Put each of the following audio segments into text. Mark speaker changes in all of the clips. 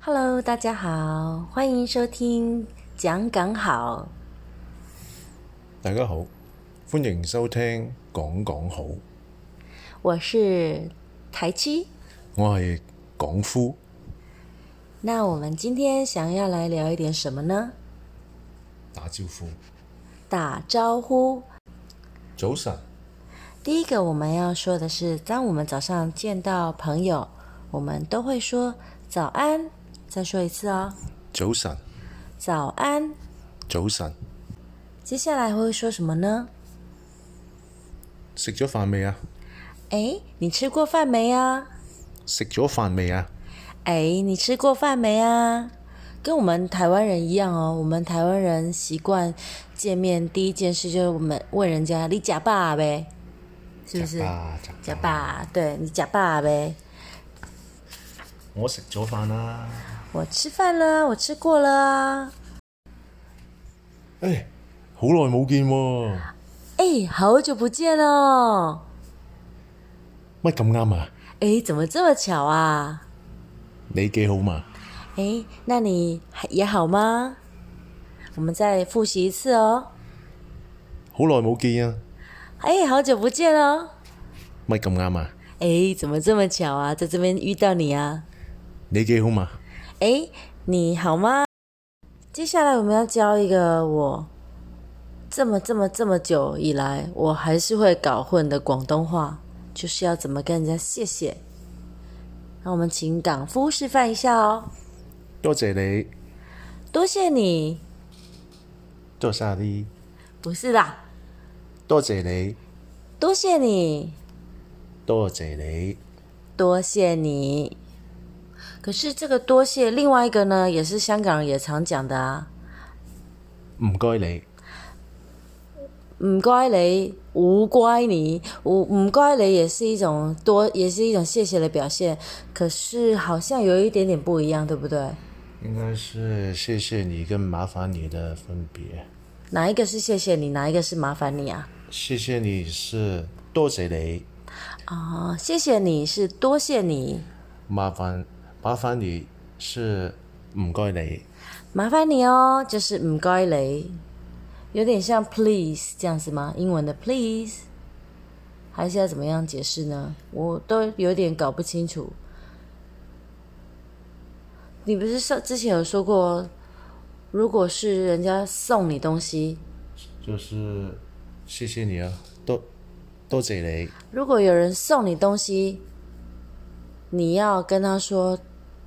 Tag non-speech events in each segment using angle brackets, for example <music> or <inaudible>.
Speaker 1: Hello，大家好，欢迎收听讲港好。
Speaker 2: 大家好，歡迎收聽講講好，
Speaker 1: 我是台七。
Speaker 2: 我係港夫。
Speaker 1: 那我们今天想要来聊一点什么呢？
Speaker 2: 打招呼，
Speaker 1: 打招呼。
Speaker 2: 早晨，
Speaker 1: 第一个我们要说的是，当我们早上见到朋友，我们都会说早安。再说一次哦，
Speaker 2: 早晨，
Speaker 1: 早安。
Speaker 2: 早晨，
Speaker 1: 接下来会说什么呢？
Speaker 2: 食咗飯未啊？
Speaker 1: 哎，你吃过饭没啊？
Speaker 2: 食咗飯未啊？
Speaker 1: 哎，你吃过饭没啊？跟我们台湾人一样哦，我们台湾人习惯见面第一件事就是我们问人家你假爸呗，是不是？
Speaker 2: 爸，
Speaker 1: 假，爸，对你假爸呗。
Speaker 2: 我食咗飯啦。
Speaker 1: 我吃饭了，我吃过了啊。
Speaker 2: 誒、好耐冇見喎，
Speaker 1: 哎，好久不见哦。
Speaker 2: 乜咁啱啊？
Speaker 1: 哎，怎么这么巧啊？
Speaker 2: 你幾好嘛？
Speaker 1: 哎，那你还也好吗？我们再复习一次哦。
Speaker 2: 好耐冇見啊，
Speaker 1: 哎，好久不见哦。
Speaker 2: 乜咁啱啊？
Speaker 1: 哎，怎么这么巧啊？在这边遇到你啊。
Speaker 2: 你幾好嘛？
Speaker 1: 哎，你好吗？接下来我们要教一个我这么这么这么久以来我还是会搞混的广东话，就是要怎么跟人家谢谢。那我们请港夫示范一下哦。
Speaker 2: 多謝你，
Speaker 1: 多谢你，
Speaker 2: 多謝你，
Speaker 1: 不是啦，
Speaker 2: 多謝你，
Speaker 1: 多谢你，
Speaker 2: 多謝你，
Speaker 1: 多谢你。可是这个多谢，另外一个呢，也是香港人也常讲的啊，
Speaker 2: 唔該你，
Speaker 1: 唔该你，无乖你，无唔该你也是一种多，也是一种谢谢的表现。可是好像有一点点不一样，对不对？
Speaker 2: 應該是謝謝你跟麻煩你的分別。
Speaker 1: 哪一个是谢谢你，哪一个是麻烦你啊？
Speaker 2: 謝謝你是多謝你，
Speaker 1: 啊、谢谢你是多谢你，
Speaker 2: 麻煩麻煩你是唔該你，
Speaker 1: 麻烦你哦，就是唔该你，有点像 please 这样子吗？英文的 please，还是要怎么样解释呢？我都有点搞不清楚。你不是上之前有说过，如果是人家送你东西，
Speaker 2: 就是謝謝你啊，多多謝你，
Speaker 1: 如果有人送你东西，你要跟他说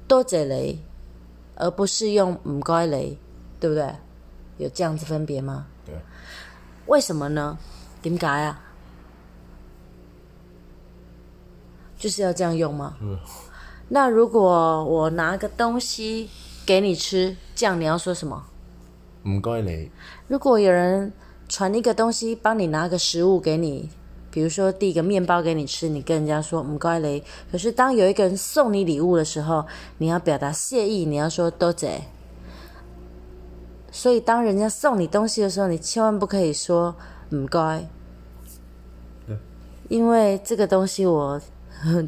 Speaker 1: 多谢你，而不是用唔该你，对不对？有这样子分别吗？
Speaker 2: 對，
Speaker 1: 为什么呢？点解啊？就是要这样用吗？
Speaker 2: 嗯
Speaker 1: 那如果我拿个东西给你吃，这样你要说什么？
Speaker 2: 唔該你，
Speaker 1: 如果有人传一个东西，帮你拿个食物给你，比如说递一个面包给你吃，你跟人家说唔该你。可是当有一个人送你礼物的时候，你要表达谢意，你要说多谢。所以当人家送你东西的时候，你千万不可以说唔该
Speaker 2: 对，
Speaker 1: 因为这个东西我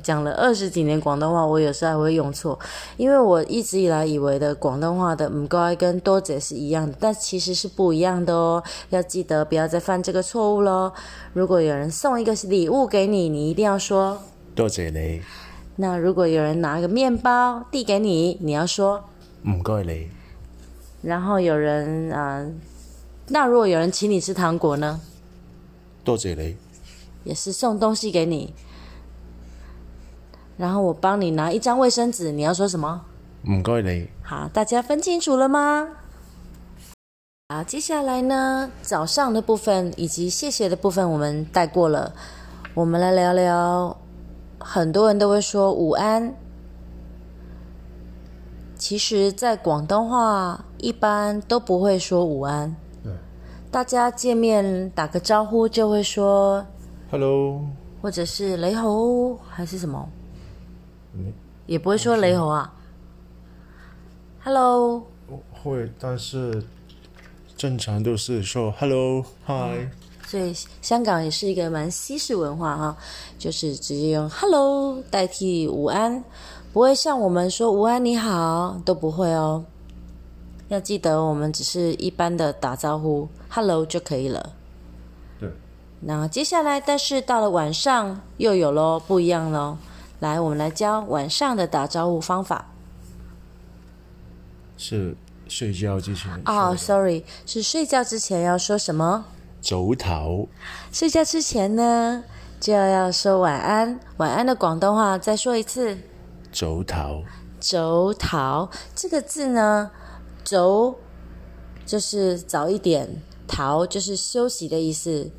Speaker 1: 讲了二十几年广东话，我有时候还会用错，因为我一直以来以为的广东话的唔该跟多姐是一样的，但其实是不一样的哦。要记得不要再犯这个错误喽。如果有人送一个礼物给你，你一定要说；
Speaker 2: 多謝你，
Speaker 1: 那如果有人拿个面包递给你，你要说；
Speaker 2: 唔該你，
Speaker 1: 然后有人啊、呃那如果有人请你吃糖果呢，
Speaker 2: 多謝你，
Speaker 1: 也是送东西给你。然后我帮你拿一张卫生纸，你要说什么？
Speaker 2: 唔該你，
Speaker 1: 好，大家分清楚了吗？好，接下来呢，早上的部分以及谢谢的部分我们带过了，我们来聊聊，很多人都会说午安。其实，在广东话一般都不会说午安，
Speaker 2: 對
Speaker 1: 大家见面打个招呼就会说，
Speaker 2: ，Hello，
Speaker 1: 或者是雷猴还是什么，
Speaker 2: 你
Speaker 1: 也不会说雷猴啊。Hello，
Speaker 2: 會，但是正常都是說 Hello，Hi，
Speaker 1: 所以香港也是一个蛮西式文化哈，就是直接用 “hello” 代替“午安”，不会像我们说“午安你好”都不会哦。要记得，我们只是一般的打招呼 “hello” 就可以了。
Speaker 2: 对，
Speaker 1: 那接下来，但是到了晚上又有喽，不一样喽。来，我们来教晚上的打招呼方法。
Speaker 2: 是睡觉之前
Speaker 1: 哦、
Speaker 2: 说
Speaker 1: s o r r y 是睡觉之前要说什么？
Speaker 2: 走头，
Speaker 1: 睡觉之前呢，就要说晚安。晚安的广东话再说一次。
Speaker 2: 走头，
Speaker 1: 走桃这个字呢，走就是早一点，桃就是休息的意思，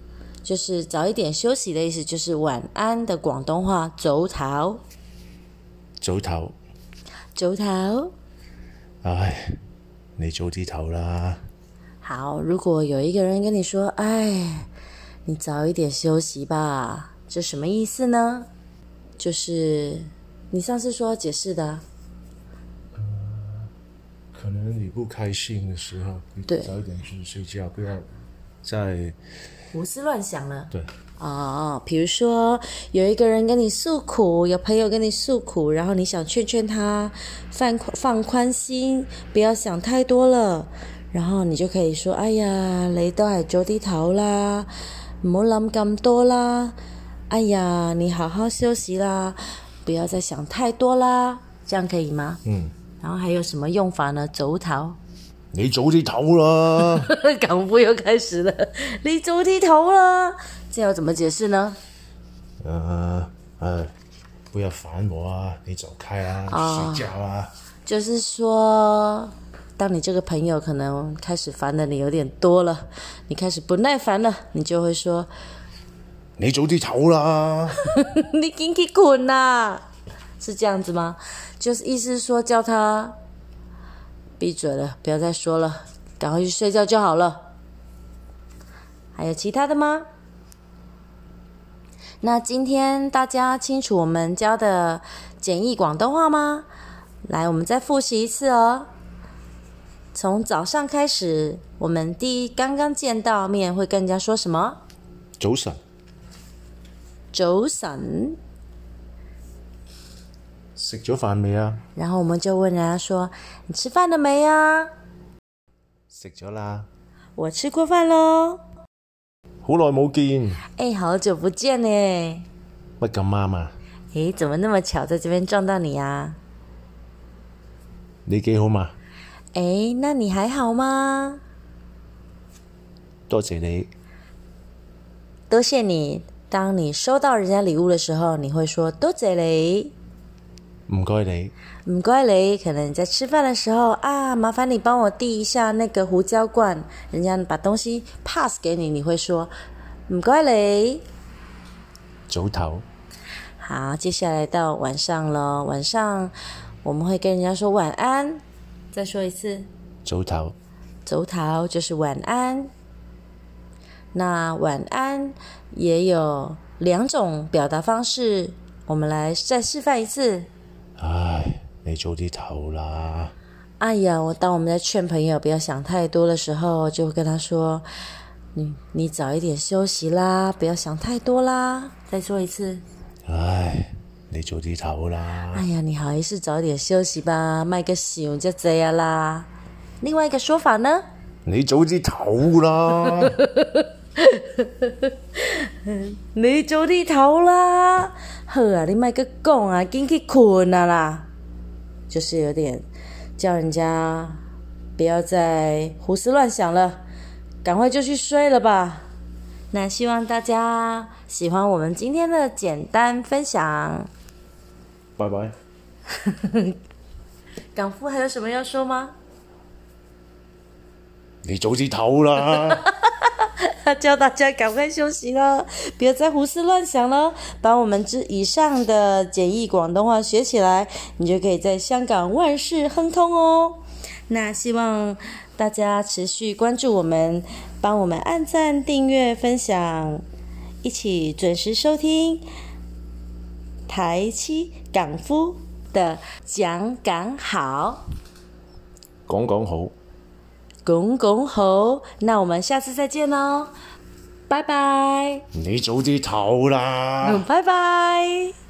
Speaker 1: 就是早一点休息的意思，就是晚安的广东话走桃
Speaker 2: 走头，
Speaker 1: 走桃。
Speaker 2: 唉，你早啲唞啦，
Speaker 1: 好，如果有一个人跟你说，哎，你早一点休息吧，这什么意思呢？就是你上次说要解释的啊、
Speaker 2: 可能你不开心的时候，你
Speaker 1: 对
Speaker 2: 早一点去睡觉，不要再
Speaker 1: 胡思乱想了。
Speaker 2: 对
Speaker 1: 哦，比如说有一个人跟你诉苦，有朋友跟你诉苦，然后你想劝劝他，放放宽心，不要想太多了，然后你就可以说：哎呀，你都係早啲唞啦，唔好諗咁多啦，哎呀，你好好休息啦，不要再想太多啦，这样可以吗？
Speaker 2: 嗯，
Speaker 1: 然后还有什么用法呢？走 <laughs> 頭。
Speaker 2: 你早啲唞啦， <laughs>
Speaker 1: 港夫又开始了，你走剃头了，这要怎么解释呢？
Speaker 2: 呃，唉，不要烦我啊，你走开啊，睡觉啊，
Speaker 1: 就是说，当你这个朋友可能开始烦的你有点多了，你开始不耐烦了，你就会说
Speaker 2: 你早啲唞啦，
Speaker 1: 你赶紧滚呐、啊是这样子吗？就是意思是说叫他闭嘴了，不要再说了，赶快去睡觉就好了。还有其他的吗？那今天大家清楚我们教的简易广东话吗？来，我们再复习一次哦。从早上开始，我们第一刚刚见到面会跟人家说什么？
Speaker 2: 早晨，
Speaker 1: 早晨。
Speaker 2: 食咗飯未啊？
Speaker 1: 然后我们就问人家说：“你吃饭了没呀、
Speaker 2: 食咗啦，
Speaker 1: 我吃过饭喽。
Speaker 2: 好耐冇見，
Speaker 1: 哎，好久不见呢！
Speaker 2: 乜咁啱啊？
Speaker 1: 哎，怎么那么巧在这边撞到你啊呀、
Speaker 2: 你幾好嘛？
Speaker 1: 哎，那你还好吗？
Speaker 2: 多謝你，
Speaker 1: 多谢你。当你收到人家礼物的时候，你会说多谢你。
Speaker 2: 唔該你，
Speaker 1: 唔该你，可能你在吃饭的时候啊，麻烦你帮我递一下那个胡椒罐，人家把东西 pass 给你，你会说唔该你。
Speaker 2: 早唞，
Speaker 1: 好，接下来到晚上了。晚上我们会跟人家说晚安，再说一次，
Speaker 2: 早唞，
Speaker 1: 走桃就是晚安。那晚安也有两种表达方式，我们来再示范一次。
Speaker 2: 唉，你早啲唞啦，
Speaker 1: 哎呀，我当我们在劝朋友不要想太多的时候，就会跟他说：“你你早一点休息啦，不要想太多啦。”再说一次。
Speaker 2: 唉，你早啲唞啦，
Speaker 1: 哎呀，你好意思早点休息吧，卖个想就这样啦。另外一个说法呢，
Speaker 2: 你早啲唞啦，
Speaker 1: 你早啲唞啦，好啊，你卖个讲啊，紧去困啊啦，就是有点叫人家不要再胡思乱想了，赶快就去睡了吧。那希望大家喜欢我们今天的简单分享。
Speaker 2: 拜拜。
Speaker 1: 港夫还有什么要说吗？
Speaker 2: 你早啲唞 <laughs> 啦，
Speaker 1: 叫大家赶快休息了，别再胡思乱想了，把我们之以上的简易广东话学起来，你就可以在香港万事亨通哦。那希望大家持续关注我们，帮我们按赞、订阅、分享，一起准时收听台七港夫的讲港好。
Speaker 2: 講講好，
Speaker 1: 拱拱猴，那我们下次再见喽，拜拜。
Speaker 2: 你早啲唞啦。
Speaker 1: 嗯拜拜。